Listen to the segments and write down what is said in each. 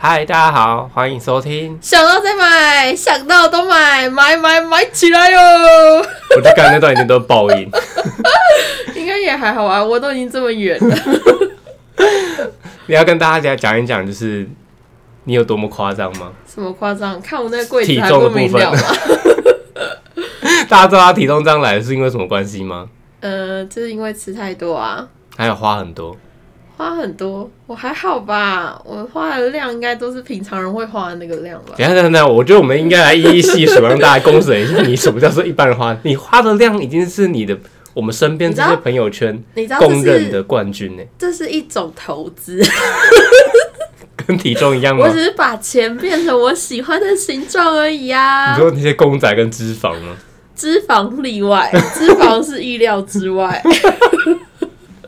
嗨，大家好，欢迎收听。 想到再买，想到都买，买买买起 来哟！我就感觉到一定都爆音。应该也还好啊，我都已经这么远了。你要跟大家讲一讲，就是你有多么夸张吗？什么夸张？看我那个柜体子还重的不部明分了啊吗？大家知道他体重这样来是因为什么关系吗？呃，就是因为吃太多啊，还有花很多，花很多。我还好吧，我花的量应该都是平常人会花的那个量吧。等一下等一下等一下，我觉得我们应该来一一细数，让大家公审一下你什么叫做一般人花。 你花的量已经是你的我们身边这你些知道朋友圈你知道这公认的是冠军呢、这是一种投资，跟体重一样吗我？只是把钱变成我喜欢的形状而已你啊。说那些公仔跟脂肪吗？脂肪例外，脂肪是意料 之外。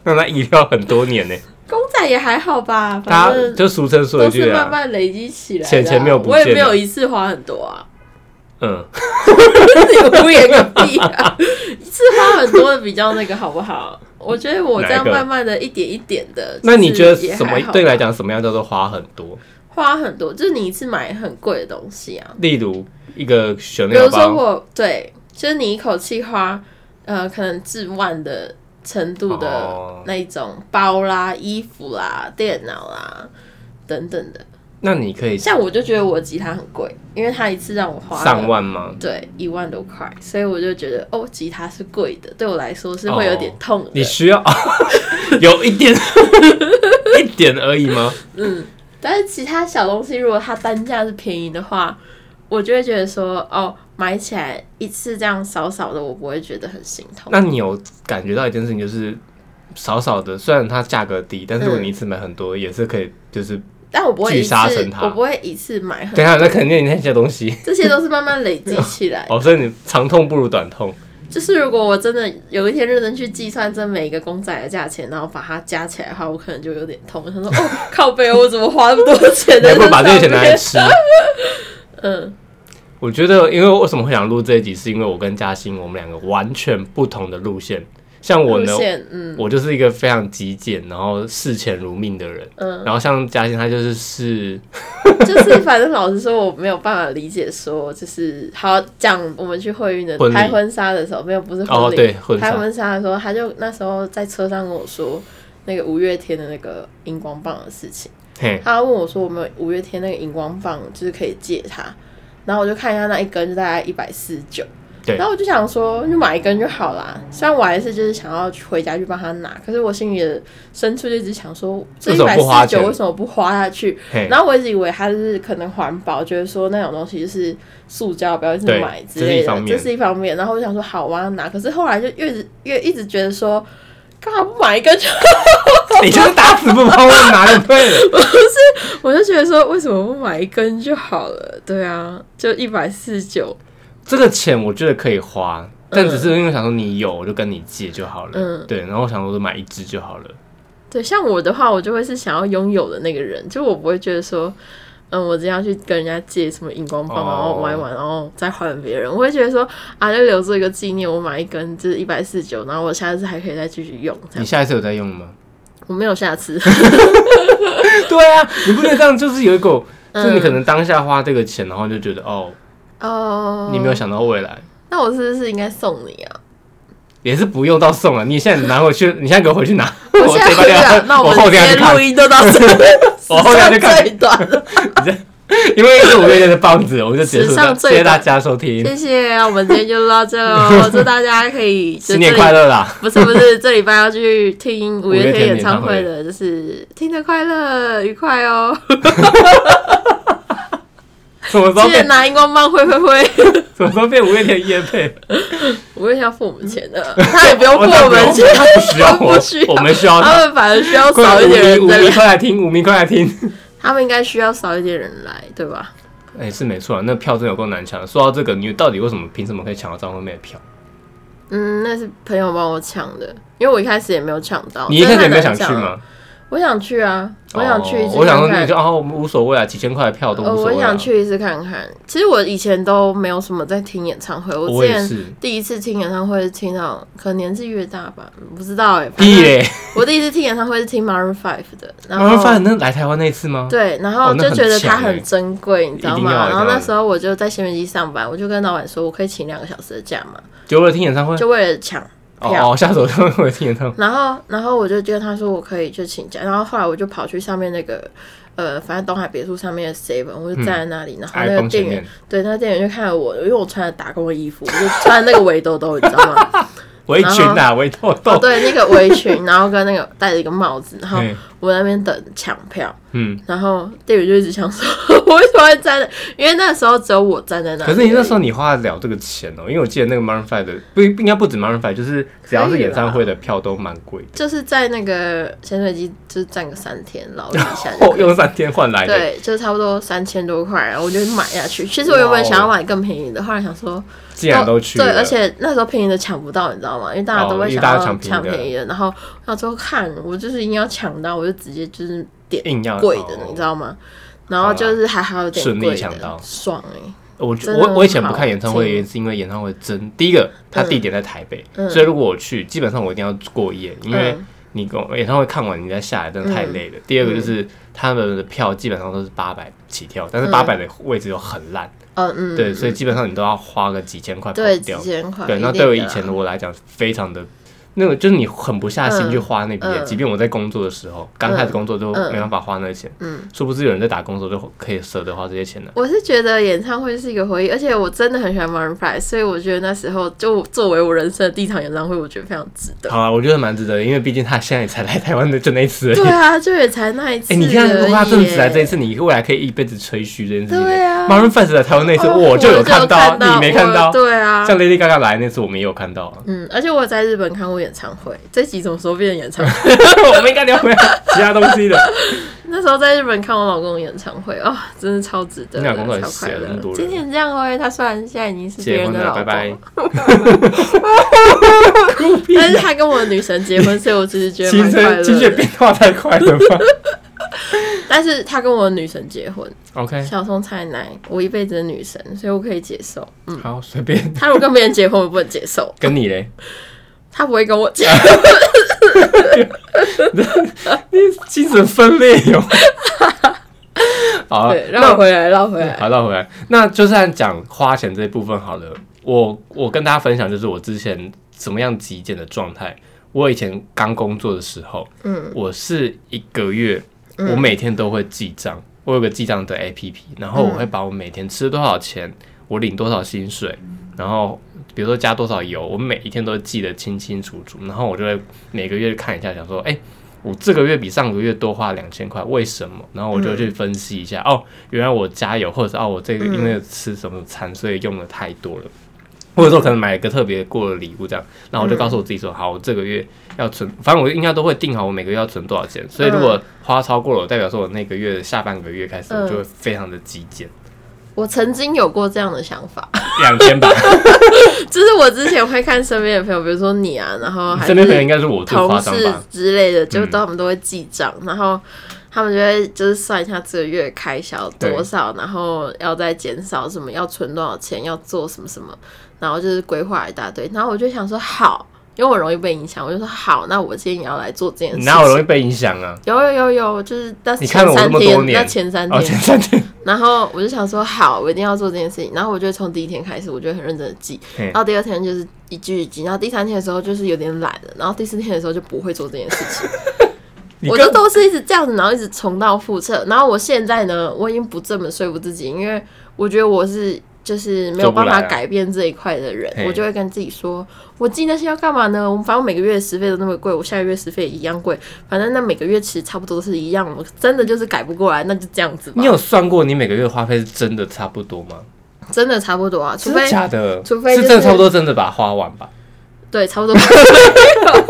让他遗料很多年呢、公仔也还好吧，大反家正就俗称说一都句是慢啊，慢累积起来的啊、钱钱没有不见我啊也没有一次花很多啊， 嗯，你敷衍个屁啊！一 次花很多的比较那个好不好？我觉得我这哪样一个慢慢的一点一点的，那你觉得就是也什么还好吧对你来讲什么样叫做花很多？花很多，就是你一次买很贵的东西啊，例如一个选比如料说包，我对，就是你一口气花呃可能至万的程度哦的那一种包啦、衣服啦、电脑啦等等的，那你可以像我就觉得我吉他很贵，因为它一次让我花了上万吗？对，一万多块，所以我就觉得哦，吉他是贵的，对我来说是会有点痛的。你需要 有一点 一点而已吗？但是其他小东西，如果它单价是便宜的话，我就会觉得说哦，买起来一次这样少少的，我不会觉得很心痛。那你有感觉到一件事情，就是少少的，虽然它价格低，但是如果你一次买很多，也是可以，就是但我不会聚一次沙成，塔我不会一次买很等一下那肯定你那些东西这些都是慢慢累积起来。哦，所以你长痛不如短痛。就是如果我真的有一天认真去计算这每一个公仔的价钱，然后把它加起来的话，我可能就有点痛。我想说，哦，靠背，我怎么花那么多钱 你在还这不如把这些上钱拿来面？ 吃。嗯，我觉得，因为为什么会想录这一集，是因为我跟嘉欣我们两个完全不同的路线。像我路呢，线，嗯我就是一个非常极简，然后视钱如命的人。嗯，然后像嘉欣，她就是视 就是反正老实说，我没有办法理解说，就是好讲我们去会运的婚礼拍婚纱的时候，没有不是哦婚礼，对婚拍纱，婚纱的时候，他就那时候在车上跟我说那个五月天的那个荧光棒的事情，嘿，他问我说我们五月天那个荧光棒就是可以借他，然后我就看一下那一根就大概一百四十九。对然后我就想说，就买一根就好啦。虽然我还是就是想要回家去帮他拿，可是我心里的深处就一直想说，这为一什么百不四花十钱九为什么不花下去？嘿，然后我一直以为它是可能环保，觉得说那种东西就是塑胶，不要去对买之这是一类方的，面这是一方面。然后我就想说好，我要拿，可是后来就越直越一直觉得说，干嘛不买一个就？ 你就是打死不帮我拿就对了。 我就觉得说，为什么不买一根就好了？对啊，就一百四十九，这个钱我觉得可以花，但只是因为想说你有，我就跟你借就好了。嗯对，然后我想说就买一支就好了。对，像我的话，我就会是想要拥有的那个人，就我不会觉得说，嗯，我只要去跟人家借什么荧光棒，然后买哦完，然后再还别人。我会觉得说，啊，就留作一个纪念，我买一根就是一百四十九，然后我下次还可以再继续用。这你样，下一次有在用吗？我没有下次。 对啊，你不能这样，就是有一股，就嗯是你可能当下花这个钱，然后就觉得哦， 哦，你没有？想到未来。那我是不是应该送你啊？也是不用到送啊了，你现在拿回 去，你现 在给我回去拿。我这现在一半回要来，那我们后今天要天去看录，音就到这里， 我后天要去史上看最 短了。因为是五月天的棒子，我们就结束了。史上谢最谢大短家收听。谢谢，我们今天就到这喽，祝大家可以就新年这里快乐啦！不是不是，这礼拜要去听五月五月天天演唱会的，就是听得快乐愉快哦，什么时候记得变拿荧光棒挥挥挥。什么时候变五月天夜配？五月天要付我们钱的，他也不用付我 我们钱，他不需要我，不需我要们需要他他。们反而需要快少一 点五人迷在五迷来，快来听，五迷快来听！ 他们应该需要少一点人来，对吧？哎、是没错啊，那票真有够难抢。说到这个，你到底为什么凭什么可以抢到张惠妹的票？哦嗯，那是朋友帮我抢的，因为我一开始也没有抢到。你一开始有真没的有很想去难抢啊？吗？我想去啊，我想去一哦次我想看说那看。就哦无所谓啊，几千块的票都呃，无所我谓、啊。想，去一次看看。其实我以前都没有什么在听演唱会，我之也前是。第一次听演唱会是听到，可能年纪越大吧，不知道哎、反屁正嘞！ 我第一次听演唱会是听 Maroon Five 的，然麻 后烦那来台湾那一次吗？对，然哦后那就很觉得它强欸很珍贵，你知道一定要吗？的然后当那然时候我就在新闻机上班，我就跟老板说，我可以请两个小时的假嘛，就为了听演唱会。就为了抢票。哦哦，下手就为了听演唱会。然后，然后我就跟他说我可以就请假，然后后来我就跑去上面那个，呃，反正东海别墅上面的 seven，我就站在那里，然后啊那 iPhone 嗯前个店员面，对，那个店员就看了我，因为我穿了打工的衣服， 我就穿那个围兜兜，你知 道吗？围裙啊，围豆哦，豆。对，那个围裙，然后跟那个戴着一个帽子，然后嘿我在那边等抢票，嗯，然后店员就一直想说，我为什么会站在？因为那时候只有我站在那里而可已。是你那时候你花得了这个钱哦，因为我记得那个 Maroon Five 的不应该不止 Maroon Five，就是只要是演唱会的票都蛮贵的，就是在那个潜水机，就是站个三天，劳力一下 就哦，可以了用三天换来的，对，就差不多三千多块，然后我就买下去。其实我原本想要买更便宜的，后来想说，哦既然都去了，对，而且那时候便宜的抢不到，你知道吗？因为大家都哦会因为想大家要抢便宜的抢便宜的，然后那时候看我就是硬要抢到，我就直接就是点硬要贵的，你知道？道吗？然后就是还好有点哦顺利贵抢到的，爽哎、我真的我我以前很不好看演唱会，听原因是因为演唱会真第一个，它地点在台北，嗯所以如果我去，基本上我一定要过夜，因为嗯你跟我演唱会看完，你再下来真的太累了。第二个就是他们的票基本上都是八百起跳，但是八百的位置又很烂，嗯嗯，对，所以基本上你都要花个几千块跑对不几掉。千块，对，那一定对我的以啊前的我来讲，非常的那个，就是你狠不下心去花那笔钱，嗯嗯即便我在工作的时候，刚开始工作都嗯没办法花那个钱，嗯，殊不知有人在打工的时候就可以舍得花这些钱的。我是觉得演唱会是一个回忆，而且我真的很喜欢 Maroon Five，所以我觉得那时候就作为我人生的第一场演唱会，我觉得非常值得。好啊，我觉得蛮值得的，因为毕竟他现在也才来台湾的就那一次而 已。 对啊，就也才那一次哎、而已耶。你看，如果他正子来这一次，你未来可以一辈子吹嘘这件事情。对啊 m a r o n Five 来台湾那次、哦，我就有看到，你没看到我。对啊。像 Lady Gaga 来那次，我们也有看到 啊。嗯，而且我在日本看过演唱会，这集什么时候变成演唱会？ 我们应该聊回其他东西的。那时候在日本看我老公的演唱会，哦，真的超值得你的，老公到底超是快谁啊乐那么多。人今天这样哦，他虽然现在已经是别结人婚的老了，公拜了，拜。但是他跟我的女神结婚， 所以我其实觉得青蛮快春乐青春的。变化太快 了吧但是他跟我的女神结婚， ？OK，小松菜奈，我一辈子的女神，所以我可以接受。嗯，好，随便。他如果跟别人结婚，我不能接受，跟你嘞， 他不会跟我结婚。精神分裂哟。 好啊，对，那绕回来，绕回来。好，绕回来，那就算讲花钱这一部分好了，我我跟大家分享就是我之前怎么样极简的状态。我以前刚工作的时候，嗯，我是一个月，我每天都会记账，我有个记账的 APP，然后我会把我每天吃多少钱，我领多少薪水，然后比如说加多少油，我每一天都记得清清楚楚，然后我就会每个月看一下，想说，哎、我这个月比上个月多花两千块，为什么？然后我就去分析一嗯下，哦，原来我加油，或者是哦，我这个因为吃什么餐，所以用的太多了，或者说可能买了个特别过的礼物这样，然后我就告诉我自己说，好，我这个月要存，反正我应该都会定好我每个月要存多少钱，所以如果花超过了，代表说我那个月下半个月开始，嗯我就会非常的极简，我曾经有过这样的想法， 两千吧，就是我之前会看身边的朋友，比如说你啊，然后还身边朋友应是该是我最同夸张事吧，之类的，就嗯他们都会记账，然后他们就会就是算一下这个月开销多少，然后要再减少什么，要存多少钱，要做什么什么，然后就是规划一大堆。然后我就想说好，因为我容易被影响，我就说好，那我今天也要来做这件事你哪有容易情。被影响啊？有有有有，就是但是你看了前我三这么多天，年那前三哦，天前三天，然后我就想说，好，我一定要做这件事情。然后我就从第一天开始，我就很认真的记。嘿然后第二天就是一句一句，然后第三天的时候就是有点懒了，然后第四天的时候就不会做这件事情。 你我跟就都是一直这样子，然后一直重蹈覆辙。然后我现在呢，我已经不这么说服自己，因为我觉得我是就是没有做办法不来啊改变这一块的人，嘿我就会跟自己说，我记那些要干嘛呢？我反正每个月的食费都那么贵，我下个月食费也一样贵，反正那每个月其实差不多都是一样，我真的就是改不过来，那就这样子吧你。有算过你每个月花费是真的差不多吗？真的差不多啊，除真非的假的？除非就是是真的差不多真的把它花完吧？对，差不多。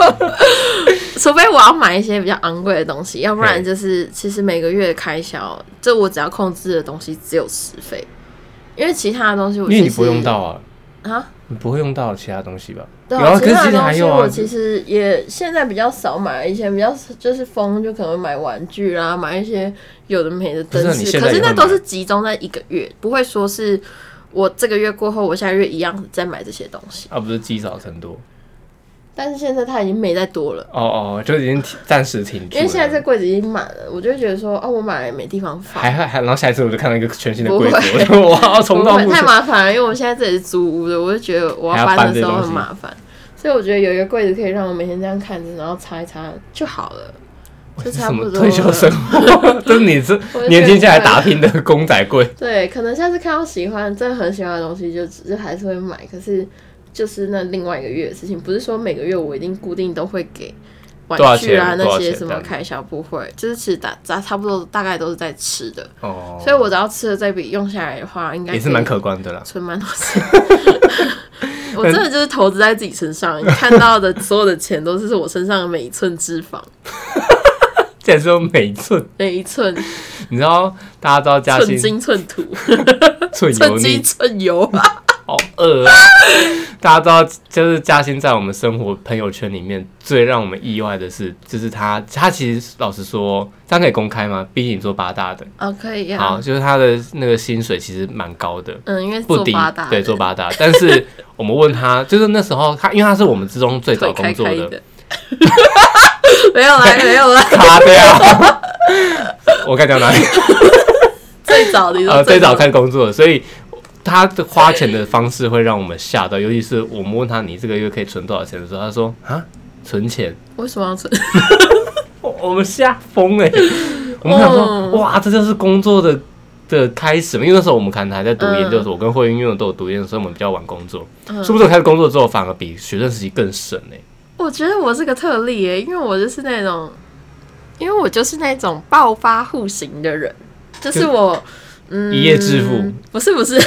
除非我要买一些比较昂贵的东西，要不然嘿就是其实每个月的开销，就我只要控制的东西只有食费，因为其他的东西我因为其你实不用到啊，啊，你不会用到其他东西吧？对有啊啊，其他可是其的实还东西有啊我其实也现在比较少买，以前比较就是疯就可能会买玩具啦，买一些有的没的灯可是你饰，现在可是也那会都买是集中在一个月，不会说是我这个月过后，我下个月一样再买这些东西。啊，不是积少成多。但是现在它已经没在多了。哦哦，就已经停暂时停住了。因为现在这柜子已经满了，我就会觉得说，哦，我买了也没地方放，还还还，然后下一次我就看到一个全新的不柜会子，我说我要重到不目会太前。麻烦了，因为我现在这里是租屋的，我就觉得我还要要搬搬的这时候东很西麻烦，所以我觉得有一个柜子可以让我每天这样看着，然后擦一擦就好了，就差什不么 多退休了。生活？ 这你这我就年轻觉下得来打拼的公仔柜，对，可能下次看到喜欢、真的很喜欢的东西就，只是还是会买，可是就是那另外一个月的事情，不是说每个月我一定固定都会给多少玩具钱啊多少那些钱什这么样子开销不会，就是其实大差差不多大概都是在吃的。哦，所以我只要吃了这笔用下来的话，应该也是可以蛮可观的啦。存蛮多 钱。我真的就是投资在自己身上，你看到的所有的钱都是我身上的每一寸脂肪，这也是有每寸，每一寸你知道大家知道嘉寸欣金寸 土，寸油寸腻金，寸油啊！好饿啊！ 大家知道，就是嘉欣在我们生活朋友圈里面最让我们意外的是，就是他他其实老实说，这样可以公开吗？毕竟你做八大的，啊，可以好，啊，就是他的那个薪水其实蛮高的。嗯，因为不做低八大，的对，做八大。但是我们问他，就是那时候他，因为他是我们之中最早腿工开作开的，，没有啦，没有啦，卡掉。 我该讲哪里？最早的你呃，说最早开开始工作的，所以他的花钱的方式会让我们吓到，尤其是我们问他你这个月可以存多少钱的时候，他说啊，存钱，为什么要存？ 哦我我们吓疯欸哎， 我们想说嗯哇，这就是工作的。的开始嘛，因为那时候我们可能还在读研究所，我跟慧英因为都有读研究所，所以我们比较晚工作。嗯欸是不是开始工作之后，反而比学生时期更省欸呢、我觉得我是个特例耶，因为我就是那种，因为我就是那种暴发户型的人，就是我，嗯，一夜致富不是不是，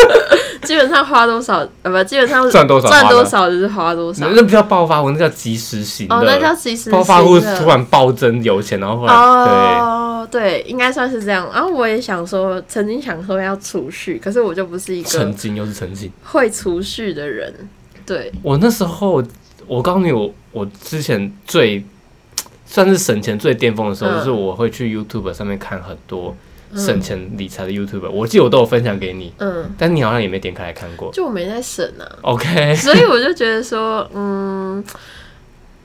基本上花多少，呃，不，基本上赚多少赚花多多少就是花多少那。那不叫暴发户，那叫及时型的。哦，那叫及时暴发户行乐突然暴增有钱，然后忽然、哦，对，应该算是这样。然后我也想说，曾经想说要储蓄，可是我就不是一对，个曾经又是曾经。会储蓄的人。对，我那时候，我告诉你，我我之前最算是省钱最巅峰的时候，嗯就是我会去 YouTube 上面看很多省钱理财的 YouTube，、我记得我都有分享给你，嗯，但你好像也没点开来看过。就我没在省 啊。 OK，所以我就觉得说，嗯，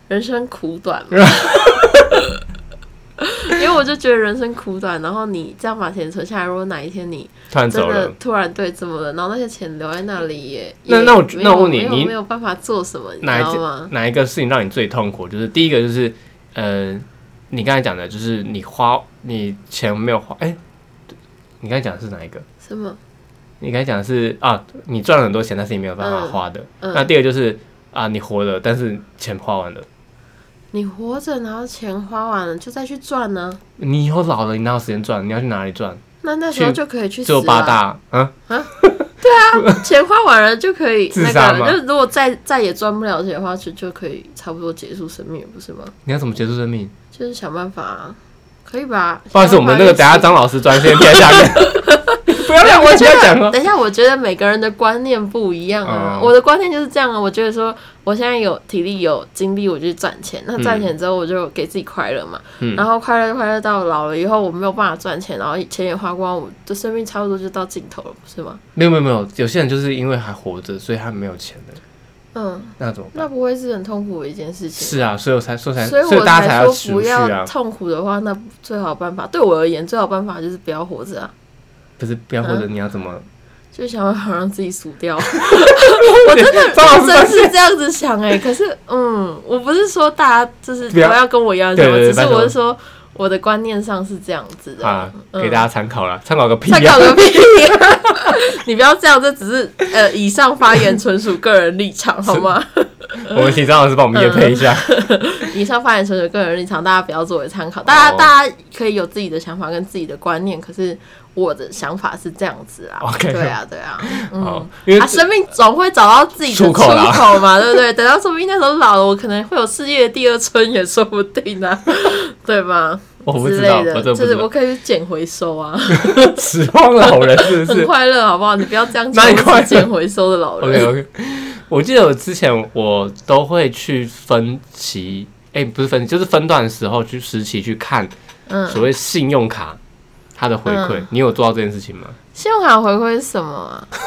人生苦短 嘛，因为我就觉得人生苦短，然后你这样把钱存下来，如果哪一天你突然真走的了。突然对怎么了，然后那些钱留在那里也，那也那我没有那我问你没有你没有办法做什么，你知哪一道件吗？哪一个事情让你最痛苦？就是第一个就是，呃，你刚才讲的，就是你花你钱没有花，哎、你刚才讲的是哪一个？什么？你刚才讲的是啊，你赚了很多钱，但是你没有办法花的。嗯那第二个就是啊，你活了，但是钱花完了。你活着，然后钱花完了就再去赚呢、你以后老了，你哪有时间赚？你要去哪里赚？那那时候去就可以去只有死八啊大啊， 钱花完了就可以自那杀个，吗就如果再再也赚不了钱的话，就就可以差不多结束生命，不是吗？你要怎么结束生命？就是想办法、啊，可以吧？不好意思，我们那个等下张老师专线接下 面，不要让我不要讲哦了。等一下，我觉得每个人的观念不一样啊。嗯我的观念就是这样啊，我觉得说我现在有体力有精力，我就去赚钱。那赚钱之后，我就给自己快乐嘛。嗯然后快乐快乐到老了以后，我没有办法赚钱，然后钱也花光，我的生命差不多就到尽头了，不是吗？没有没有没有，有些人就是因为还活着，所以他没有钱的，嗯，那怎么办？那不会是很痛苦的一件事情吗。是啊，所以我才说才，所以所以我大家才说储不蓄要啊，痛苦的话，那最好办法对我而言，最好办法就是不要活着啊，不是不要或者嗯你要怎么？就想办法让自己死掉。我真的张老 师我真专是线，这样子想哎、可是嗯，我不是说大家就是不不要要跟我一样对想法，对对只是拜托我是说我的观念上是这样子的啊，嗯给大家参考啦，参考个屁 啊参呀考！个屁！ 你不要这样，这只是呃，以上发言纯属个人立场，好吗？ 我们请张老师帮我们嗯验配一下。以上发言纯属个人立场，大家不要作为参考。大家、哦大家可以有自己的想法跟自己的观念，可是我的想法是这样子啊。 OK 对啊，对啊，好嗯。， 因为啊，生命总会找到自己的出出口啦口嘛， 对不对？ 等到说不定那时候老了，我可能会有世界的第二春，也说不定呢、啊，对吧？我不之知道，类我的，真的不就知是道我。可以去捡回收啊， 拾荒老人是不 很是快乐，好不好？你不要 这样哪里讲，快我乐是捡回收的老？OK 人。 OK，我记得我之前我都会去分期，哎、不是分期，就是分段的时候去实期去看嗯，所谓信用卡它的回馈。嗯你有做到这件事情吗？信用卡回馈是什么啊？嗯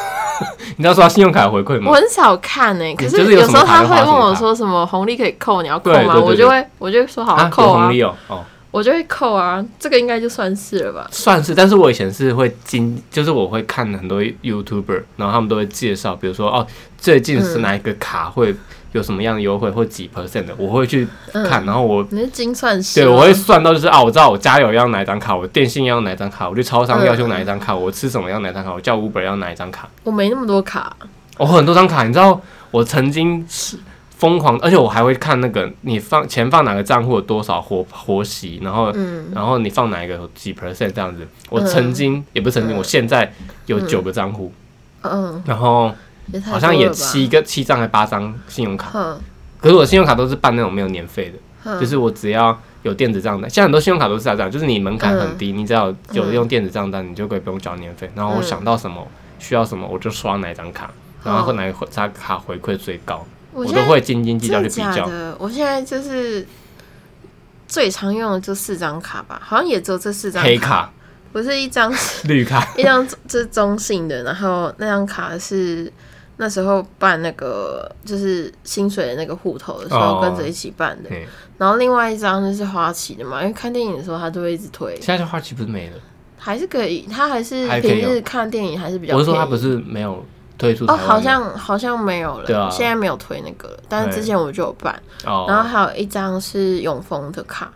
你知道说信用卡的回馈我吗？很少看呢、可嗯就是是有有什时么候卡他就会花什么问我卡说什么红利可以扣，你要扣对吗？对对我就会我就会说好啊，有扣啊红，利哦，哦，我就会扣啊，这个应该就算是了吧。算是，但是我以前是会经，就是我会看很多 YouTuber，然后他们都会介绍，比如说哦，最近嗯是哪一个卡会有什么样的优惠或几 percent 的，我会去嗯看，然后我。你是精算师对，吗？我会算到就是啊，我知道我家有要哪一张卡，我电信要哪一张卡，我去超商嗯要用哪一张卡，我吃什么要哪一张卡，我叫 Uber 要哪一张卡，我没那么多卡，我、很多张卡，你知道我曾经是疯狂，而且我还会看那个你放钱放哪个账户有多少活活息，然后嗯，然后你放哪一个有几 percent 这样子。我曾经、也不是曾经，我现在有九个账户，嗯，然后也太好像也多了吧七，个七张还八张信用卡，哼可是我信用卡都是办那种没有年费的，哼，就是我只要有电子账单，现在很多信用卡都是这样，就是你门槛很低，你只要嗯有用电子账单，你就可以不用交年费。然后我想到什么、需要什么，我就刷哪一张卡，然后哪一张卡回馈最高，我我现都在会斤斤计较真去的比假较。的？我现在就是最常用的就四张卡吧，好像也只有这四张黑 卡、不是一张绿卡一张就是中性的，然后那张卡是那时候办那个就是薪水的那个户头的时哦候跟着一起办的，嘿然后另外一张就是花旗的嘛，因为看电影的时候它就会一直推，现在花旗不是没了？还是可以，它还是还可以平用日看电影还是比较我是说便它宜不是没有推出台哦，湾吗好像好像没有对了，啊现在没有推那个了，但是对之前我就有办，哦，然后还有一张是永丰的卡，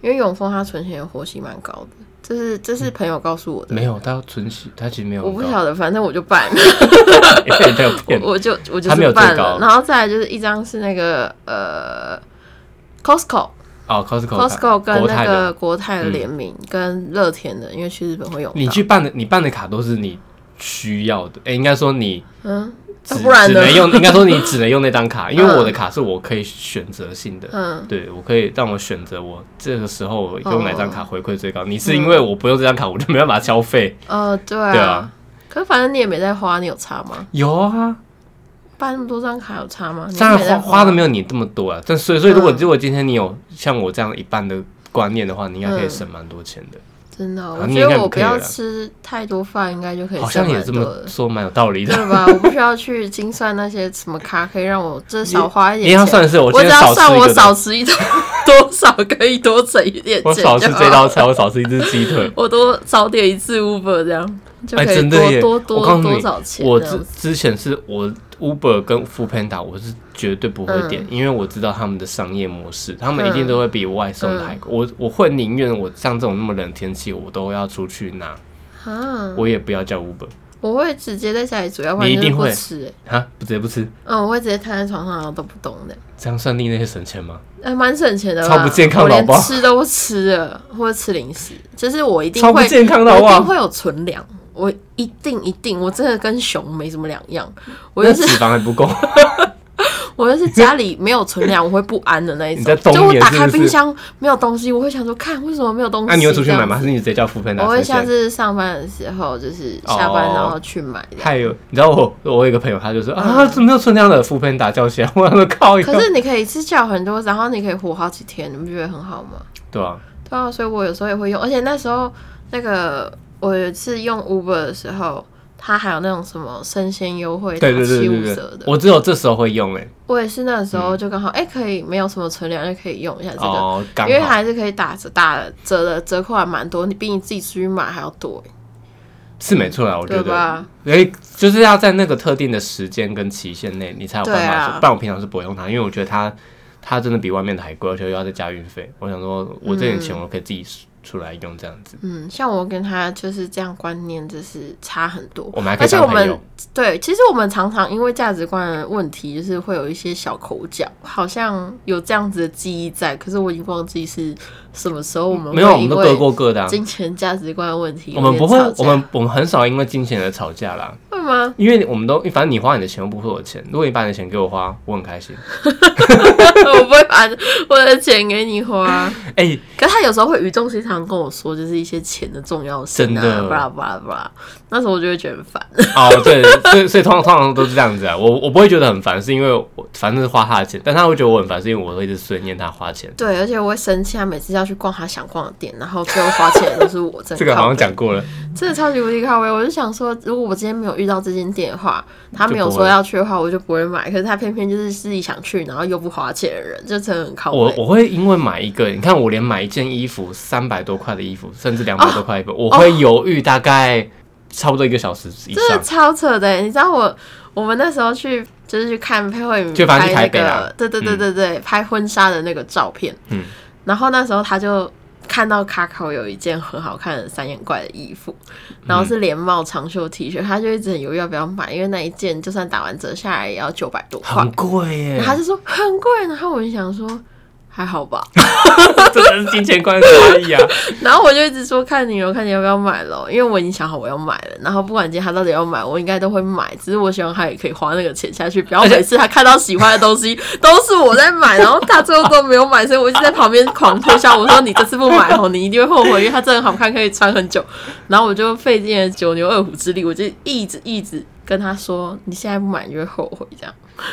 因为永丰他存钱的活息蛮高的，这是这是朋友告诉我的，没有，他存起，他其实没有我很不高，晓得，反正我就 办，也没有我骗。我就我就他没有是最办高了，然后再来就是一张是那个呃 Costco 哦，Costco 卡 Costco 跟国那泰个的，嗯国泰的联名，跟乐天的，因为去日本会用你到，去办的，你办的卡都是你需要的，哎，应该说你嗯，只不然只呢能 用，应该说你只能用那张卡，因为我的卡是我可以选择性的。嗯，对，我可以让我选择我这个时候我用哪张卡回馈最高。你是嗯因为我不用这张卡，我就没办法消费。呃，对对啊啊，可是反正你也没在花，你有差吗？有啊，办那么多张卡有差吗？你当然没在花花的没有？有你这么多啊，但所以所以如果嗯如果今天你有像我这样一半的观念的话，你应该嗯可以省蛮多钱的。真的哦，啊我你觉应该得不我不可以要了吃太多饭，应该就可以好省像也蛮这多么的。说蛮有道 理的。对吧？我不需要去精算那些什么卡，可以让我这少花一你要点钱。算是我今我只天要少算吃我一个少东西，吃一顿多少，可以多省一点 我钱就好。。少吃这道菜，我少吃一只鸡腿我多少点一次 Uber 这样就哎可以真的耶多多我告诉多你多少钱我这之样。之前是我 Uber 跟 f o o Panda，我是绝对不会点，因为我知道他们的商业模式，他们一定嗯都会比外送的还贵。我我会宁愿我像这种那么冷天气，我都要出去拿，啊，我也不要叫 Uber 我会直接在家里煮，要不然你一就是定不会吃、欸。啊，不直接不吃，嗯，我会直接瘫在床上，然后都不动的、这样算另类省钱 吗？还哎蛮省钱的吧，超不健康我的好连不好吃都不吃了，或者吃零食，就是我一定超不会，健康的好不我一定好？会有存粮，我一定一定，我真的跟熊没什么两样，我那就是脂 肪还 不够，啊我就是家里没有存 粮，我会不安的那一你在种，冬就我眠打是开不是冰箱没有东西，我会想说，看为什么没有东西？那你会出去这样买吗？还子是你直接叫 f o o Panda？我会下直接次上班的时候，就是下班哦然后去买这样。还有，你知道我我有一个朋友，他就说啊，怎么没有存量的副片打叫起来？我说靠一可个，是你可以一次叫很多，然后你可以活好几天，你不觉得很好吗？对啊，对啊，所以我有时候也会用，而且那时候那个我有一次用 Uber 的时候，它还有那种什么生鲜优惠打对对对七五对对折，的，我只有这时候会用哎、我也是那时候就刚好哎、可以没有什么存粮就可以用一下这个，哦，刚因为好还是可以打折，打折的折扣还蛮多，你比你自己出去买还要多，是没错啦，我觉对得，吧？哎、就是要在那个特定的时间跟期限内，你才有办对法啊说，不然我平常是不会用它，因为我觉得它它真的比外面的还贵，而且又要再加运费。我想说，我这点钱我可以自己出来用这样子，嗯，像我跟他就是这样观念，就是差很多。我们还可而以且当我朋们友。对，其实我们常常因为价值观的问题，就是会有一些小口角，好像有这样子的记忆在，可是我已经忘记是什么时候我们没有，我会们因都各为过各的、啊。金钱价值观的问题我们有不点会吵，架我们我们很少因为金钱而吵架啦。会吗？ 因为我们都，反正你花你的钱，又不是我的钱。如果你把你的钱给我花，我很开心。我不会把我的钱给你花， 哎、可是他有时候会语重心长地跟我说，就是一些钱的重要性真啊，的巴拉巴拉巴拉。那时候我就会觉得很烦。哦，对，所以所以通常通常都是这样子啊。我我不会觉得很烦，是因为我反正是花他的钱，但他会觉得我很烦，是因为我会一直碎念他花钱。对，而且我会生气，他每次要去逛他想逛的店，然后最后花钱的都是我。真的这个好像靠讲过了，北，真的超级无敌靠背。我就想说，如果我今天没有遇到这间店的话，他没有就不说会要去的话，我就不会买。可是他偏偏就是自己想去，然后又不花钱的人，就真的很靠我背。我会因为买一个，你看我连买一件衣服三百多块的衣服，甚至两百多块一本，哦我会犹豫大概差不多一个小时以真上的。超扯的、你知道我我们那时候去就是去看佩慧敏就反正去拍那台北啦个，对对对对对，拍婚纱的那个照片。嗯，然后那时候他就看到卡口有一件很好看的三眼怪的衣服，然后是连帽长袖 T 恤，他就一直很犹豫要不要买，因为那一件就算打完折下来也要九百多块很。贵耶然后， 他就说很贵，然后我就想说。还好吧， 真的是金钱观差异啊！然后我就一直说看你有看你要不要买咯，因为我已经想好我要买了。然后不管今天他到底要买，我应该都会买。只是我希望他也可以花那个钱下去，不要而且每次他看到喜欢的东西 都是我在买，然后他最后都没有买，所以我一直在旁边狂推销。我说你这次不买哦，你一定会后悔，因为它真的很好看，可以穿很久。然后我就费尽了九牛二虎之力，我就一直一直跟他说，你现在不买你就会后悔这样。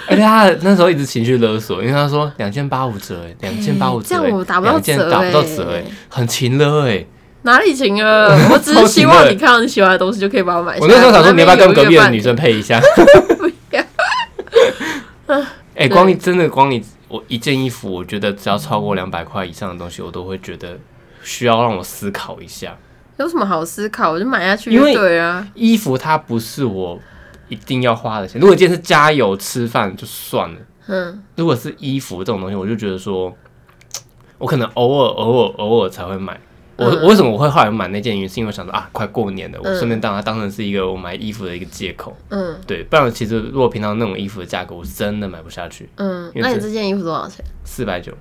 而且他那时候一直情绪勒索，因为他说两千八五折耶，两千八五折耶，这样我打不到两件折打不到耶折耶，很勤勒哎。哪里行 了？我只是希望你看到你喜欢的东西就可以把我买下来。我那时候想说，你要不要跟隔壁我的那边有女一个伴生侣配一 下？要 哎、光你真的光你我一件衣服，我觉得只要超嗯过两百块以上的东西，我都会觉得需要让我思考一下。有什么好思考？我就买下去因就为对啊。衣服它不是我一定要花的钱，如果今天是加油吃饭就算了，嗯，如果是衣服这种东西，我就觉得说，我可能偶尔偶尔偶尔才会买。我嗯我为什么我会后来买那件原因是因为我想说啊，快过年了，我嗯顺便当它当成是一个我买衣服的一个借口。嗯对，不然其实如果平常那种衣服的价格，我是真的买不下去，嗯，因为那你这这件衣服多少钱？四百九，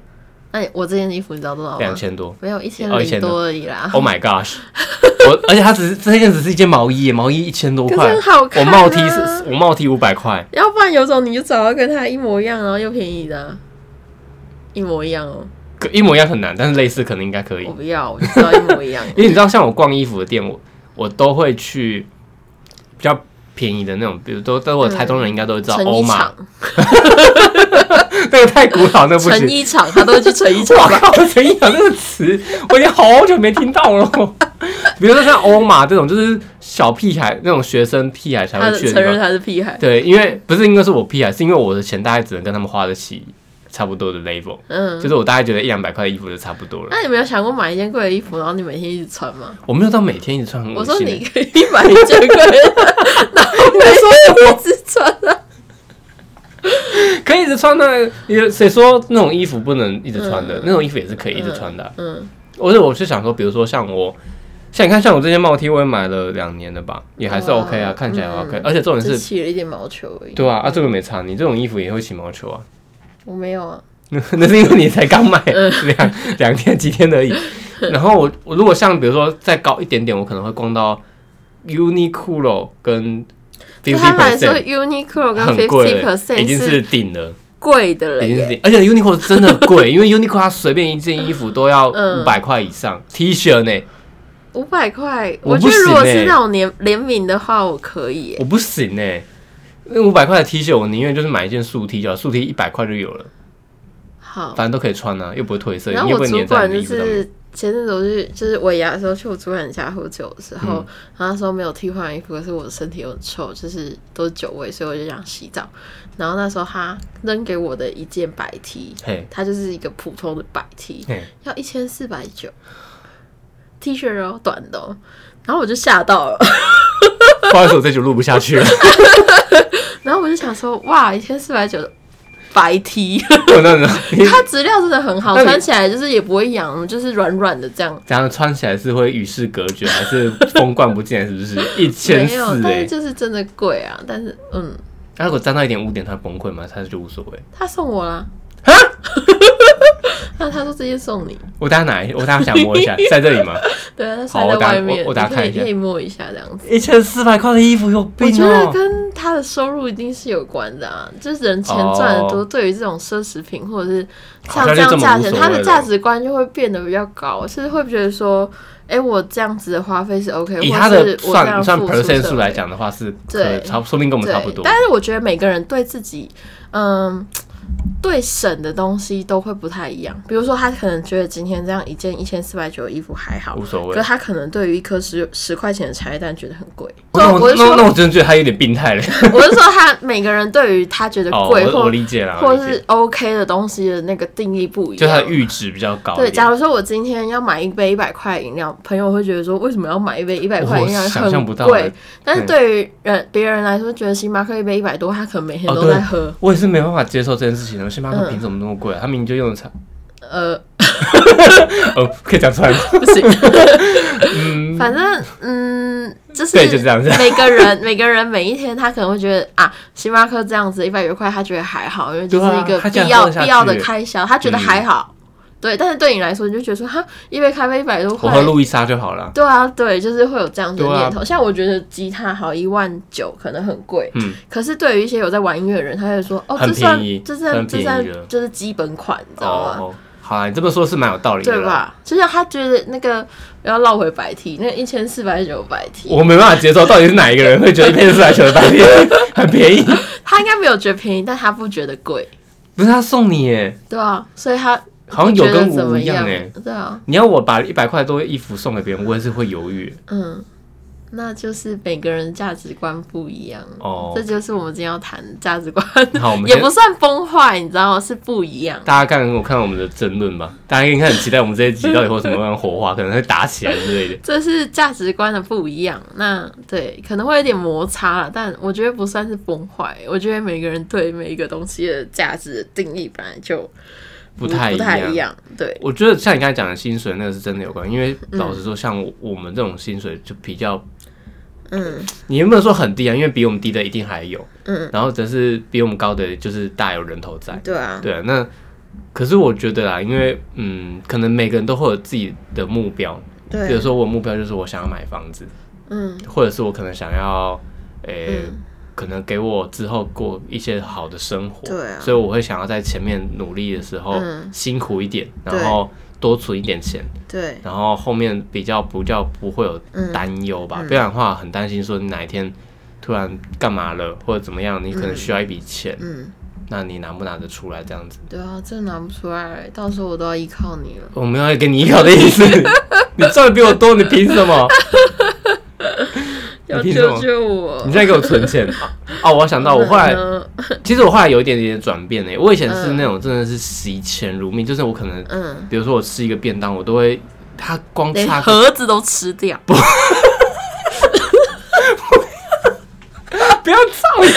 那你我这件衣服你知道多少吗？两，千多。没有一千哦零1000多多而已啦。 Oh my gosh！我 而且它只是这件只是一件毛衣耶，毛衣一千多可是块很，好看、我啊。帽 T 是，我帽 T 五百块，要不然有种你就找到跟它一模一样，然后又便宜的啊、一模一样哦。可一模一样很难，但是类似可能应该可以我。不要，我就知道一模 一样。因为你知道，像我逛衣服的店，我我都会去比较便宜的那种，比如都都我台中人应该都知道嗯成欧衣玛， 厂，那个太古老，那不成行。衣厂，他都会去成 衣厂我吧。靠，成衣啊厂这个词我已经好久没听到 了。比如说像欧玛这种，就是小屁孩那种学生屁孩才他会的去承的地认方。他是屁孩。对，因为不是因为是我屁孩，是因为我的钱大概只能跟他们花得起差不多的 level，嗯就，是我大概觉得一两百块的衣服就差不多了。那你没有想过买一件贵的衣服，然后你每天一直穿吗？我没有到每天一直穿很恶我心说欸。你可以买一件贵的，然后每天一直穿啊。可以一直穿的，也谁说那种衣服不能一直穿的？那种衣服也是可以一直穿的啊、嗯嗯我是我是想说，比如说像我，像你看，像我这件帽 T，我也买了两年了吧，也还是哇 OK 啊，看起来嗯 OK，、而且重点只是，起了一点毛球而已。对啊，啊这个没差，你这种衣服也会起毛球啊，我没有啊。那 是因为你才刚买嗯两两天几天而 已。然后我我如果像比如说再高一点点，我可能会逛到 Uniqlo 跟对 Fifty 他们来说 Percent， ，Uniqlo 跟很 Fifty 贵了，已 Percent 经是是顶了。贵的了已经耶。是而且 Uniqlo 真的贵，因为 Uniqlo 它随便一件衣服都要嗯五百块以上、t 恤呢，五百块，我我不觉得如果行欸是那种联联名的话，我可以欸耶。我不行呢。那五百块的 T 恤，我宁愿就是买一件素 T 就好，素 T 一百块就有了，好反，正都可以穿啊，又不会褪色，然你又后不我会主粘在管你的就衣服上面。是前阵子我去就是尾牙的时候去我主管家喝酒的时候，嗯然后他说没有替换衣服，可是我的身体很臭，就是都是酒味，所以我就想洗澡。然后那时候他扔给我的一件白 T，嘿，它就是一个普通的白 T，嘿，要一千四百九，T 恤哦，短的、哦。然后我就吓到了， 不好意思，我这就录不下去了，然后我就想说，哇，一千四百九的白 T， 我哦那种你它质量真的很好，那你穿起来就是也不会痒，就是软软的这样。怎样穿起来是会与世隔绝，还是风冠不进来？是不是 一千没有，四？但是哎，就是真的贵啊。但是嗯，那如果沾到一点污点，它崩溃吗？它就无所谓。 他送我啦。那他说直接送你，我等下拿一，我等 下想摸一下，在这里吗？对啊，他好晒我在打外面，我我打你可开以一下可以摸一下这样子。一千四百块的衣服有我病觉得哦、跟他的收入一定是有关的啊，就是人钱赚的多，哦对于这种奢侈品或者是好像像这就样这么价无钱，所他的谓价了值观就会变得比较高，是会觉得说，哎、我这样子的花费是 OK，以或他者的是我这算样算付出 percent 社数来会讲的话，是对可差不说明跟我们对，差不多。但是我觉得每个人对自己，嗯，对省的东西都会不太一样。比如说，他可能觉得今天这样一件一千四百九的衣服还好无，所谓可，他可能对于一颗十十块钱的茶叶蛋觉得很贵。那 我我是那说，那我真的觉得他有点病态 了。我是说，他每个人对于他觉得哦，贵我我或理解啦，我或理解是 OK 的东西的那个定义不一样。就他的阈值比较高一对，点。假如说我今天要买一杯一百块饮料，朋友会觉得说为什么要买一杯一百块饮料哦我想象很不到贵欸？但是嗯对于人别人来说，觉得星巴克一杯一百多，他可能每天哦都对在 喝。我也是没办法接受这件事情的。星巴克嗯凭什么那么贵啊？他明明就用的差，呃， 哦，可以讲出 来吗。不行，反正嗯，就是对就这样子每个人每个人每一天，他可能会觉得啊，星巴克这样子一百多块，他觉得还好，因为就是对啊一个他这样必要喝得下必要的去嗯开销，他觉得还好。对，但是对你来说，你就觉得说哈，一杯咖啡一百多我块喝，路易莎就好了。对啊，对，就是会有这样子的对啊念头。像我觉得吉他好一万九可能很贵，嗯，可是对于一些有在玩音乐的人，他会说哦，很这算便宜这很算这便宜算了就是基本款，你知道吗？哦，好啊，你这么说是蛮有道理的对啦。吧？就像他觉得那个不要绕回白 T，那一千四百九白 T，我没办法接受，到底是哪一个人会觉得一片四百九的白天 很便宜？他应该没有觉得便宜，但他不觉得贵，不是他送你耶，对啊，所以他好像有不觉跟得怎无么一样哎哎，。对啊，你要我把一百块多衣服送给别人，我也是会犹豫。嗯，那就是每个人价值观不一样，哦这就是我们今天要谈价值观，好，我们也先不算崩坏，你知道吗是不一样。大家看我看我们的争论吧，大家应该很期待我们这一集到底会有什么样的火花，可能会打起来之类的。这是价值观的不一样，那对可能会有点摩擦啦，但我觉得不算是崩坏。我觉得每个人对每一个东西的价值的定义本来就不太不一太样一样，对，我觉得像你刚才讲的薪水，那个是真的有关，因为老实说，像我我们这种薪水就比较，嗯你有没有说很低啊？因为比我们低的一定还有，嗯，然后只是比我们高的就是大有人头在。对啊，对啊，那可是我觉得啊，因为嗯，可能每个人都会有自己的目标，比如对，说我的目标就是我想要买房子，嗯或者是我可能想要，诶、嗯，可能给我之后过一些好的生活，对啊所以我会想要在前面努力的时候嗯辛苦一点，对然后多存一点钱，对，然后后面比较不叫不会有嗯担忧吧，嗯不然的话很担心说你哪一天突然干嘛了或者怎么样，你可能需要一笔钱，嗯，那你拿不拿得出来这样子？对啊，这拿不出来，到时候我都要依靠你了。我没有要给你依靠的意思， 你赚的比我多，你凭什 么？要你凭什救么救我！你在给我存钱哦！我想到我后来嗯其实我后来有一点点转变呢、我以前是那种真的是惜钱如命，就是我可能，嗯，比如说我吃一个便当，我都会，它光连差个盒子都吃掉，不要造谣。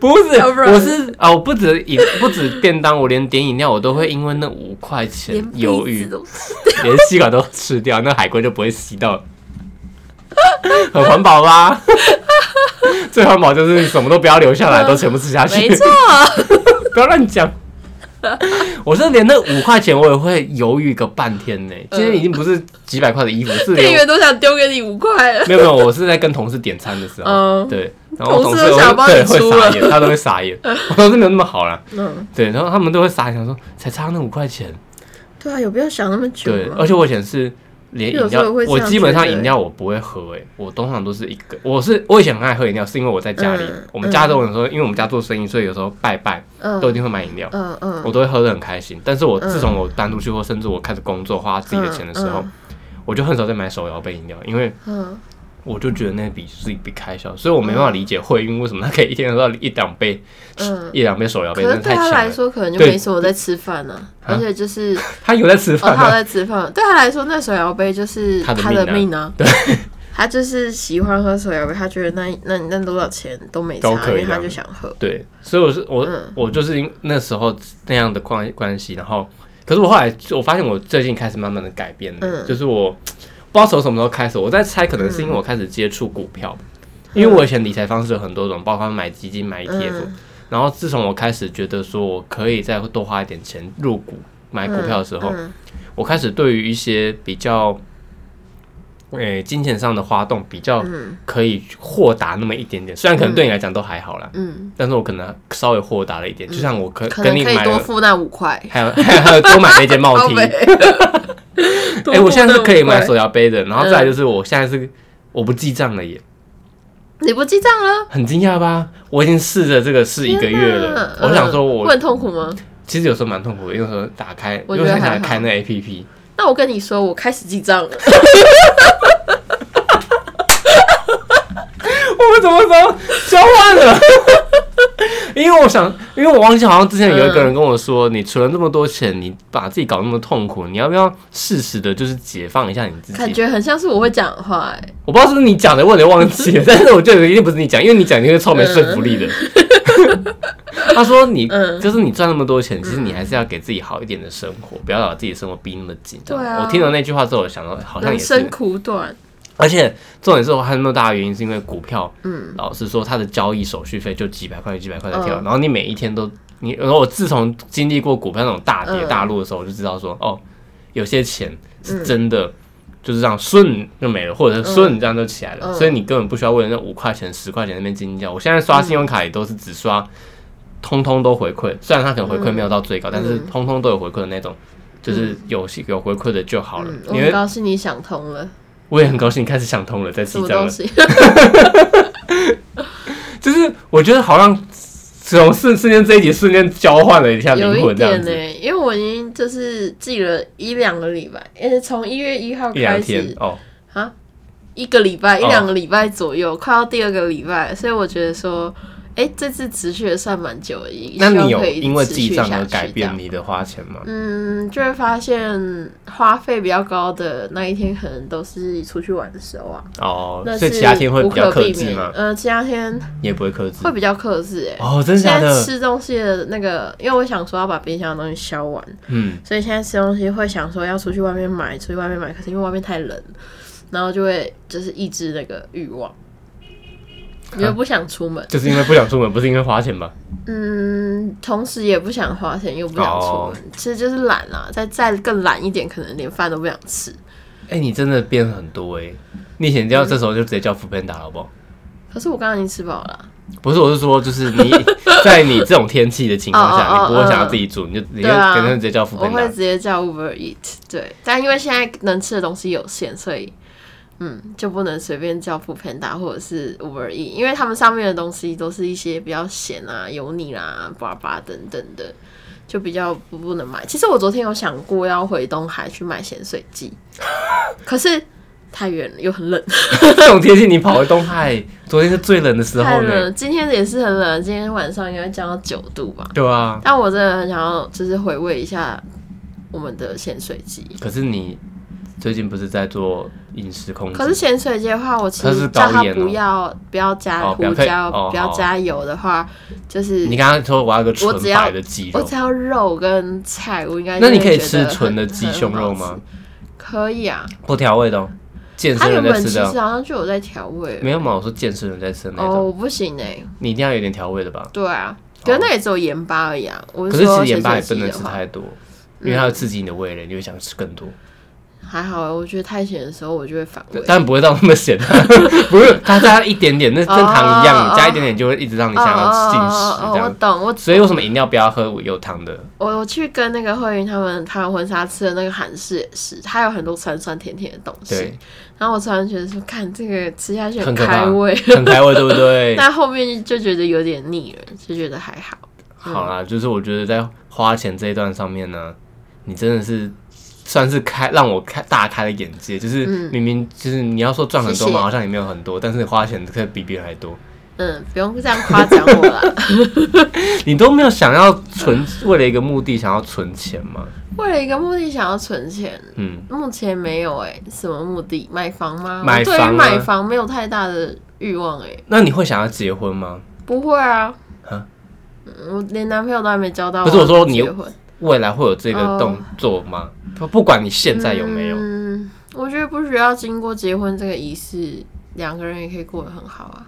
不是，要不然我是啊，我不止饮，不止便当，我连点饮料我都会因为那五块钱连犹鼻豫子，都吃。连吸管都吃掉，那海龟就不会吸到，很环保吧？ 最环保就是什么都不要留下来，都全部吃下去没。错， 不要乱讲。我是连那五块钱我也会犹豫个半天呢、今天已经不是几百块的衣服，是店连员都想丢给你五块 了。没有没有，我是在跟同事点餐的时候，嗯对，然后同同事事都想会帮你对出会了傻眼，他都会傻 眼。我同事没有那么好啦，嗯，对，然后他们都会傻眼，想说才差那五块钱，对啊，有必要想那么久对，吗？而且我以前是。连有饮时候料，会这我样基本上觉得饮料我不会喝、欸，我通常都是一个，我是我以前很爱喝饮料，是因为我在家里，嗯我们家都有时候，因为我们家做生意，所以有时候拜拜嗯都一定会买饮料，嗯嗯我都会喝得很开心。但是我自从我搬出去或甚至我开始工作花自己的钱的时候，嗯我就很少再买手摇杯饮料，因为嗯，我就觉得那笔是一笔开销，所以我没办法理解惠运为什么他可以一天喝到一两杯、嗯一两杯手摇杯，可真是的太对他强来了。说，可能就对没什么在吃饭呢、 啊而且就是他有在吃哦，饭啊他有吗？在吃饭，对他来说，那手摇杯就是他的他的命啊命啊。对， 他就是喜欢喝手摇杯，他觉得那那那多少钱都没差，都可以啊因为他这样就想喝。 对，所以我是我、嗯我就是因那时候那样的关关系，然后可是我后来我发现我最近开始慢慢的改变了，嗯就是我不知道从什么时候开始，我在猜可能是因为我开始接触股票，因为我以前理财方式有很多种，包括买基金、买 ETF，、嗯嗯然后自从我开始觉得说我可以再多花一点钱入股买股票的时候，嗯我开始对于一些比较，诶、金钱上的花动比较嗯可以豁达那么一点点。虽然可能对你来讲都还好啦，嗯，但是我可能稍微豁达了一点。就像我可可跟能你可以买多了，付那五块。还有 还有还有多买了一件 帽靠 T， 北哎、我现在是可以买手多付那五块摇杯的，然后再来就是我现在是我不记账了耶，你不记账了？很惊讶吧？我已经试着这个试一个月了，天哪我想说嗯我会很痛苦吗？其实有时候蛮痛苦的，因为有时候打开，我因为觉得很还想好开那 A P P，那我跟你说，我开始记账 了。我们怎么怎么交换了？ 因为我想，因为我忘记好像之前有一个人跟我说，你存了这么多钱，你把自己搞那么痛苦，你要不要适时的，就是解放一下你自感己？觉很像是我会讲的话、欸，我不知道是不是你讲的，我有点忘记了，但是我觉得一定不是你讲，因为你讲一定会超没说服力 的。他说你：“嗯就是你赚那么多钱，其实你还是要给自己好一点的生活，不要把自己生活逼那么紧。”对啊我听到那句话之后，我想到好像也人是，生苦短，而且重点是我还有那么大的原因，是因为股票，嗯，老实说，它的交易手续费就几百块、几百块在跳，嗯然后你每一天都，你，然后我自从经历过股票那种大跌嗯大落的时候，我就知道说，哦，有些钱是真的，就是这样顺就没了，或者是顺这样就起来了，嗯所以你根本不需要为了那五块钱、十块钱那边斤斤计较。我现在刷信用卡也都是只刷，通通都回馈，虽然它可能回馈没有到最嗯高，但是通通都有回馈的那种，就是有有回馈的就好了嗯，，我因为很。高兴你想通了，我也很高兴开始想通了，在什记么账东了。西？就是我觉得好像从瞬瞬间这一集瞬间交换了一下有灵一魂这样点呢、子，因为我已经就是记了一两个礼拜，而且从一月一号一两欸开天始哦，啊，一个礼拜一哦两个礼拜左右，快要第二个礼拜，所以我觉得说，哎、这次持续的算蛮久的，也那希你望有可以一直因为持记续账下而去改这变样你的花钱吗？嗯，就会发现花费比较高的那一天，可能都是出去玩的时候啊。哦那，所是以其他天会无比较可克避制免吗？呃，其他天你也不会克制会比较克制、欸。哦，真的现假在的？吃东西的那个，因为我想说要把冰箱的东西消完，嗯，所以现在吃东西会想说要出去外面买，出去外面买。可是因为外面太冷了，然后就会就是抑制那个欲望，因为不想出门。就是因为不想出门，不是因为花钱吧？嗯，同时也不想花钱，又不想出门，哦其实就是懒啊。再再更懒一点，可能连饭都不想吃。哎、你真的变很多欸哎、你以前要这时候就直接叫福片打好不好？可是我刚刚已经吃饱了啊、不是，我是说，就是你 在你这种天气的情况哦哦下，哦你不会想要自己煮，你就你就对啊可能直接叫福我片会打直。接叫 Uber Eat，对，但因为现在能吃的东西有限，所以嗯，就不能随便叫 f o o Panda 或者是 Uber Eat，因为他们上面的东西都是一些比较咸啊、油腻啦、啊、巴拉巴拉等等的，就比较不不能买。其实我昨天有想过要回东海去买咸水鸡，可是太远了，又很冷，这种天气你跑回东海，昨天是最冷的时太候冷了。呢。今天也是很冷，今天晚上应该降到九度吧。对啊，但我真的很想要，就是回味一下我们的咸水鸡。可是你最近不是在做饮食控制？可是咸水鸡的话，我其它实是叫高它盐哦不要不要加哦不胡要配椒，哦不要好加油的话，就是你刚刚说我要个纯我只要白的鸡我肉，只要肉跟菜，我应该那就你会可以觉吃得纯的很鸡胸肉？很好吗吃？可以啊，不调味的、哦，健它身原人本在吃其实的好哦。像就有在调味没有嘛？我说健身人在吃的那哦，种，我不行哎、你一定要有点调味的吧？对啊，可是那也只有盐巴而已啊。我哦可是其说实盐巴也咸水不鸡能的吃话太多，因为它会刺激你的味蕾，你会想吃更多。还好、欸，我觉得太咸的时候我就会反胃。当然不会到那么咸，啊 不是它加一点点，那跟糖一样，哦你加一点点就会一直让你想要进食哦这哦哦哦我样。懂，我所以为什么饮料不要喝有糖的？我我去跟那个慧云他们他们婚纱吃的那个韩式也是，它有很多酸酸甜甜的东西对。，然后我突然觉得说，看这个吃下去很可怕开胃，很开胃，对不 对？但后面就觉得有点腻了，就觉得还好。好啦，就是我觉得在花钱这一段上面呢，你真的是算是开让我开大开了眼界，就是明明就是你要说赚很多嗯谢谢嘛，好像也没有很多，但是花钱可以比别人还多。嗯，不用这样夸奖 我了。你都没有想要存，为了一个目的想要存钱吗？为了一个目的想要存钱，嗯，目前没有哎、什么目的？买房吗？买我对于房啊买房没有太大的欲望哎、那你会想要结婚吗？不会啊啊。嗯我连男朋友都还没交到，不是我说你结婚未来会有这个哦动作吗？不不管你现在有没有，嗯，我觉得不需要经过结婚这个仪式，两个人也可以过得很好啊。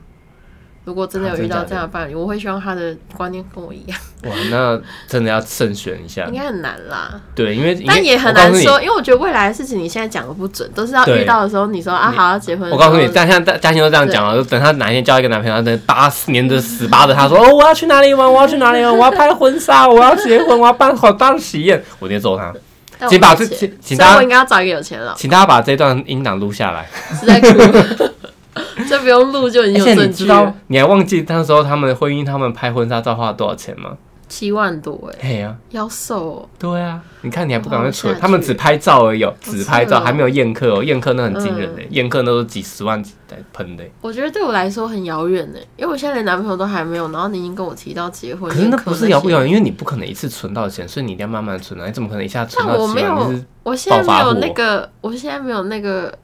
如果真的啊有遇真到假这样的伴侣，我会希望他的观念跟 我一样，哇，那真的要慎选一下应。该很难啦。对，因为因为但也很我告难诉你说，因为我觉得未来的事情你现在讲的不准，都是要对遇到的时候你说啊你好要结婚的时我候。告诉你，大像大嘉欣都这样讲了，等她哪一天交一个男朋友，等八年的十八的，她说、哦、我要去哪里玩，我要去哪里 玩，我要拍婚纱，我要结婚，我要办好大的喜宴，我直接揍她。但我请把没这有钱请请所以大我家应该要找一个有钱佬，请大家把这段音档录下来。实在哭， 这不用录就已而经且有你证知据啊道了，，你还忘记那时候他们婚姻，他们拍婚纱照花了多少钱吗？七万多哎、嘿呀、要瘦、哦，对啊，你看你还不赶快我存好？下他们去只拍照而已哦，真的只拍照，哦还没有宴客哦。宴客那很惊人的、嗯宴客那都几十万在喷的、我觉得对我来说很遥远呢，欸因为我现在连男朋友都还没有，然后你已经跟我提到结婚，可是那宴不客是遥不些遥远，因为你不可能一次存到钱，所以你一定要慢慢存啊！你怎么可能一下存但到我没几万？有你是，我现在暴发没有户那个，我现在没有那个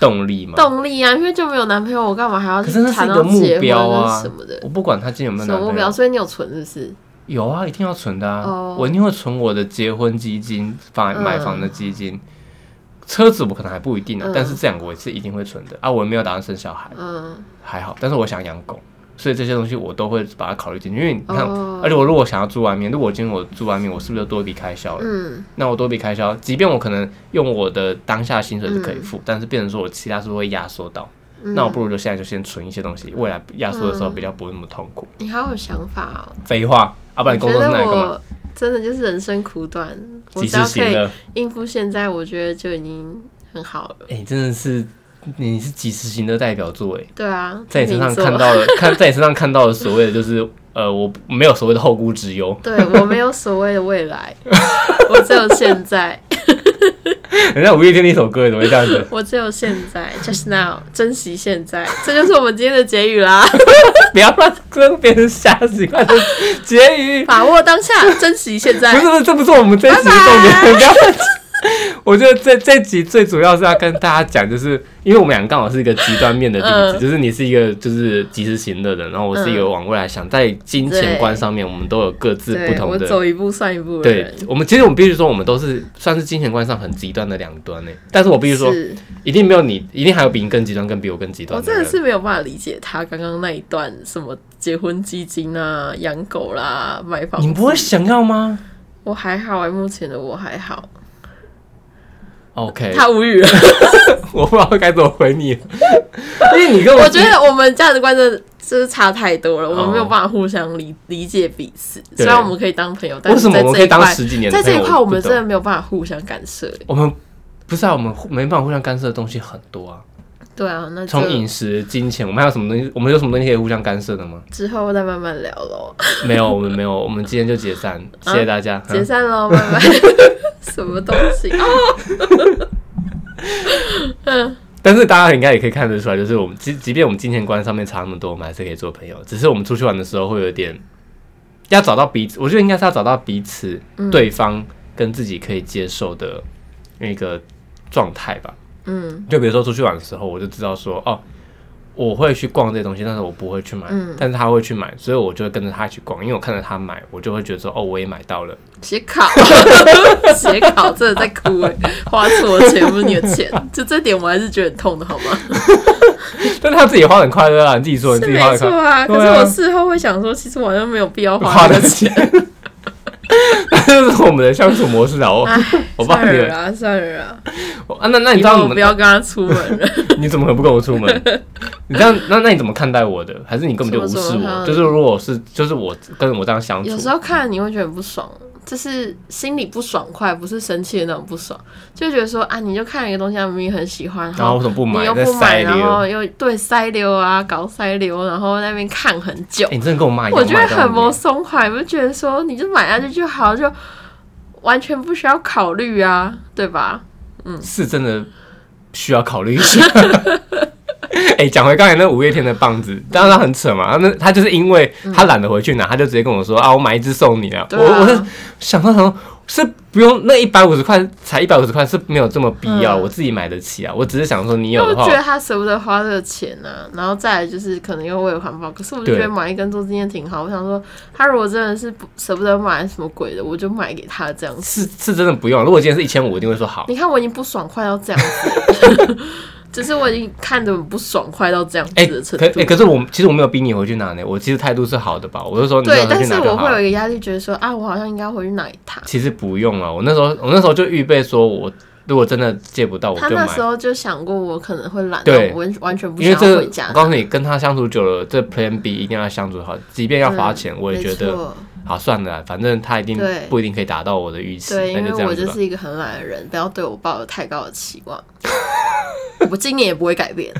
动力嘛？动力啊，因为就没有男朋友，我干嘛还要可去是那是谈一到个目结婚标啊什么的？我不管他今天有没有什么男目朋标？友，所以你有存是不是？有啊，一定要存的啊！哦我一定会存我的结婚基金、房嗯买房的基金、车子，我可能还不一定啊，嗯但是这两个我是一定会存的啊！我没有打算生小孩，嗯，还好，但是我想养狗，所以这些东西我都会把它考虑进去，因为你看。哦，而且我如果想要住外面，如果今天我住外面，我是不是就多一笔开销了？嗯，那我多笔开销，即便我可能用我的当下薪水是可以付，但是变成说我其他是会压缩到，嗯那我不如就现在就先存一些东西，未来压缩的时候比较不会那么痛苦。你好有想法哦。废话，要、不然我你工觉作是得拿来干嘛？我真的就是人生苦短，我及时只要可行以乐，应付现在，我觉得就已经很好了。哎、真的是你是及时行乐代表作哎，对啊，在你身上处女座看 到了，看在你身上看到的所谓的就是呃，我没有所谓的后顾之忧， 对我没有所谓的未来，我只有现在，人家五月天的一首歌怎么会这样子？ 我只有现在，just now，珍惜现在，这就是我们今天的结语啦。不要让跟别人瞎喜欢的结语。把握当下，珍惜现在不。是，不是这不是我们这一集的重点，不要乱讲。 我觉得这这集最主要是要跟大家讲，就是因为我们两个刚好是一个极端面的例子，嗯就是你是一个就是及时行乐的，然后我是一个嗯往未来想，在金钱观上面，我们都有各自不对同我的。走一步算一步的对人。我们，其实我们必须说，我们都是算是金钱观上很极端的两端呢。欸但是我必须说，啊是一定没有你，一定还有比你更极端、跟比我更极我端真人。的是没有办法理解他刚刚那一段什么结婚基金啊、养狗啦、买房子。你不会想要吗我还好哎、目前的我还好。 ？OK，他无 语了。我不知道该怎么回 你了，因为你跟我我觉得我们价值观真的就是差太多哦了，我们没有办法互相理理解彼此。虽然我们可以当朋友，但为是什么在我们这可以一当块，十几年的在朋这友？一块我不们真懂的没有办法互相干涉。欸我们不是啊，我们互没办法互相干涉的东西很多啊，对啊，那就？从饮食、金钱，我们还有什么东西？我们有什么东西可以互相干涉的吗之后再慢慢聊喽。没有，我们没有，我们今天就解散，谢谢大家。解嗯散喽，拜 拜。什么东 西？哦，但是大家应该也可以看得出来，就是我们即即便我们金钱观上面差那么多，我们还是可以做朋友。只是我们出去玩的时候会有点要找到彼此，我觉得应该是要找到彼此、嗯对方跟自己可以接受的那个状态吧。嗯就比如说出去玩的时候，我就知道说，哦，我会去逛这些东西，但是我不会去买，嗯但是他会去买，所以我就会跟着他一起逛，因为我看着他买，我就会觉得说，哦，我也买到了。 写 考，写考真的在哭哎，花错钱不是你的钱，就这点我还是觉得很痛的好吗？但是他自己花得很快乐啊，你自己说，你是自己花没得很错快啊，可对是啊我事后会想说，其实我好像没有必要乐，花花那的个钱。钱。 这是我们的相处模式啊！我唉我帮算你了了啦，算了啦，我啊，那那你以知道后怎么不？要跟他出 门了。你怎么可能不跟我出门？你这样，那那你怎么看待我的？还是你根本就无什视么什么我？就是如果是，就是我跟我这样相处有，时候看你会觉得很不爽，就是心里不爽快，不是生气的那种不爽，就觉得说啊，你就看了一个东西，他明明很喜欢，然后为什么不你买？又在不买，塞然溜哎后，又对塞溜啊，搞塞溜，然后在那边看很久哎，，你真的跟我骂一样，我觉得骂到很你不松快，我就觉得说你就买下去就好，就完全不需要考虑啊，对吧？是真的需要考虑一下。 哎、讲回刚才那五月天的棒子，当然他很扯嘛，那他就是因为他懒得回去拿，他就直接跟我说啊，我买一只送你啊。对我啊我是想到想说，是不用那一百五十块，才一百五十块是没有这么必要，嗯我自己买得起啊。我只是想说你因有为我的话觉，得他舍不得花这个钱啊，然后再来就是可能又为了环保，可是我就对觉得买一根做纪念挺好。我想说，他如果真的是不舍不得买什么鬼的，我就买给他这样子。啊是是真的不用。如果今天是一千五，我一定会说好。你看我已经不爽快到这样子了， 只是我已经看得很不爽，快到这样子哎、的程可哎、度。可是我其实我没有逼你回去拿呢，我其实态度是好的吧，我就说你对，到时候但去是拿我就好会有了。一个压力，觉得说啊，我好像应该回去拿一趟。其实不用了，我那时候我那时候就预备说，我如果真的借不到，我他就那买。时候就想过我可能会懒，对我完完全不因为想这要个回家我。告诉你，跟他相处久了，这 Plan B 一定要相处好，即便要花钱，我也觉没得错好算了，反正他一定对不一定可以达到我的预期，对，因那为这我样子就吧。是一个很懒的人，不要对我抱有太高的期望。 我今年也不会改变，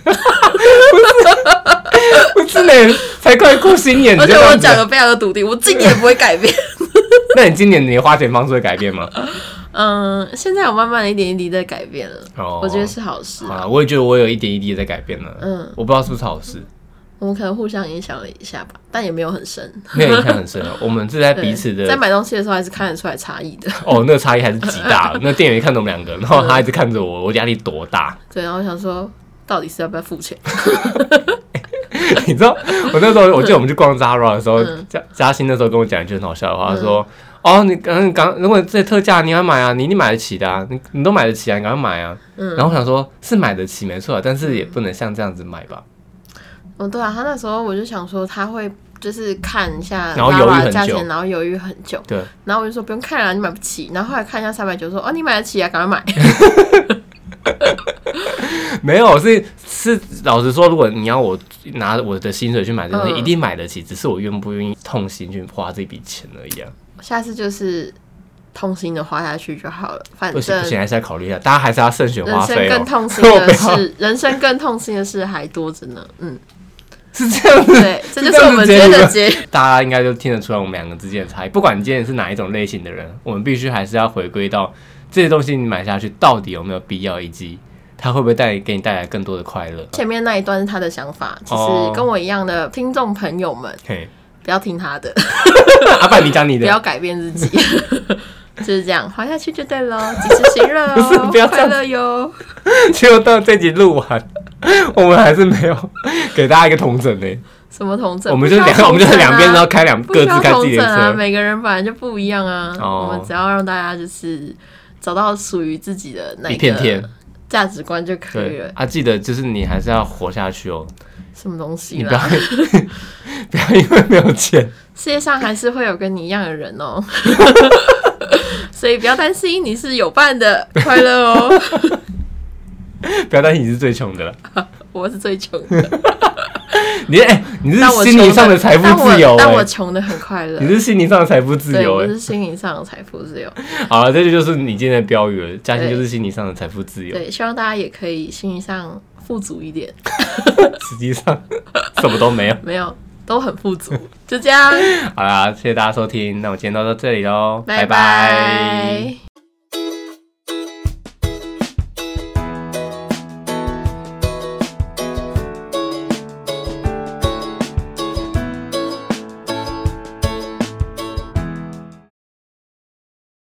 不是嘞，才快过新 年，而你且就这我样子讲的非常的笃定，我今年也不会改 变。那你今年你的花钱方式会改变吗？嗯，现在我慢慢的一点一滴在改变了，哦，我觉得是好事好啊。啦，我也觉得我有一点一滴地在改变了。嗯，我不知道是不是好事，我们可能互相影响了一下吧，但也没有很深。没有影响很深 啊。我们是在对彼此的在买东西的时候还是看得出来差异的。哦，那个差异还是极大 的。那店员一看到我们两个，然后他一直看着我，我压力多大？对，然后我想说，到底是要不要付钱？ 你知道，我那时候我记得我们去逛 Zara 的时候，嗯嘉嘉欣那时候跟我讲一句很好笑的话，他说。哦，你刚刚如果这特价你要买啊，你你买得起的啊，你你都买得起啊，你赶快买啊。嗯然后我想说，是买得起没错啊，但是也不能像这样子买吧。哦，对啊，他那时候我就想说他会就是看一下然后犹豫 Zara 很价久钱，然后犹豫很久，对，然后我就说不用看了，你买不起。然后后来看一下三百九，说哦，你买得起啊，赶快买。 没有，是是，老实说，如果你要我拿我的薪水去买这东西，嗯一定买得起，只是我愿不愿意痛心去花这笔钱而已啊。下次就是痛心的花下去就好了，反不行不行，正。还是要考虑一下，大家还是要慎选嗯人花生费更哦。痛心 我不的要事，人生更痛心的事还多着呢。 嗯，是这样子，对，这就是我们今天的结。大家应该都听得出来我们两个之间的差异。不管你今天是哪一种类型的人，我们必须还是要回归到这些东西你买下去到底有没有必要，以及它会不会带给你带来更多的快乐。前面那一段是他的想法，其哦实跟我一样的听众朋友们，嘿，不要听他的， 阿爸，你讲你不的，要改变自 己，就是这样，滑下去就对喽，及时行 乐不是哦，不要这快样乐哟。就到这集录完，我们还是没有给大家一个同整呢、什么同证？我们不就需要两，我们就同是整两边，然啊后开两不各需自要开自同己整的啊，车。每个人本来就不一样啊。哦我们只要让大家就是找到属于自己的那一片天个价值观就可以对了。啊，记得就是你还是要活下去 哦，什么东西你不要 啦？不要因为没有钱，世界上还是会有跟你一样的人 哦。所以不要担心，你是有伴的，快乐 哦。不要担心你是最穷的了。我是最穷的，你哎、你是但我心灵上的财富自由、但我但我哎，穷的很快乐你。是心灵上的财富自对，由、我哎，是心灵上的财富自由。好了，这就就是你今天的标语了。嘉欣就是心灵上的财富自由，对，希望大家也可以心灵上富足一点，实际上什么都没有。没有都很富足，就这样，好啦，谢谢大家收听，那我今天都到这里喽，拜拜拜拜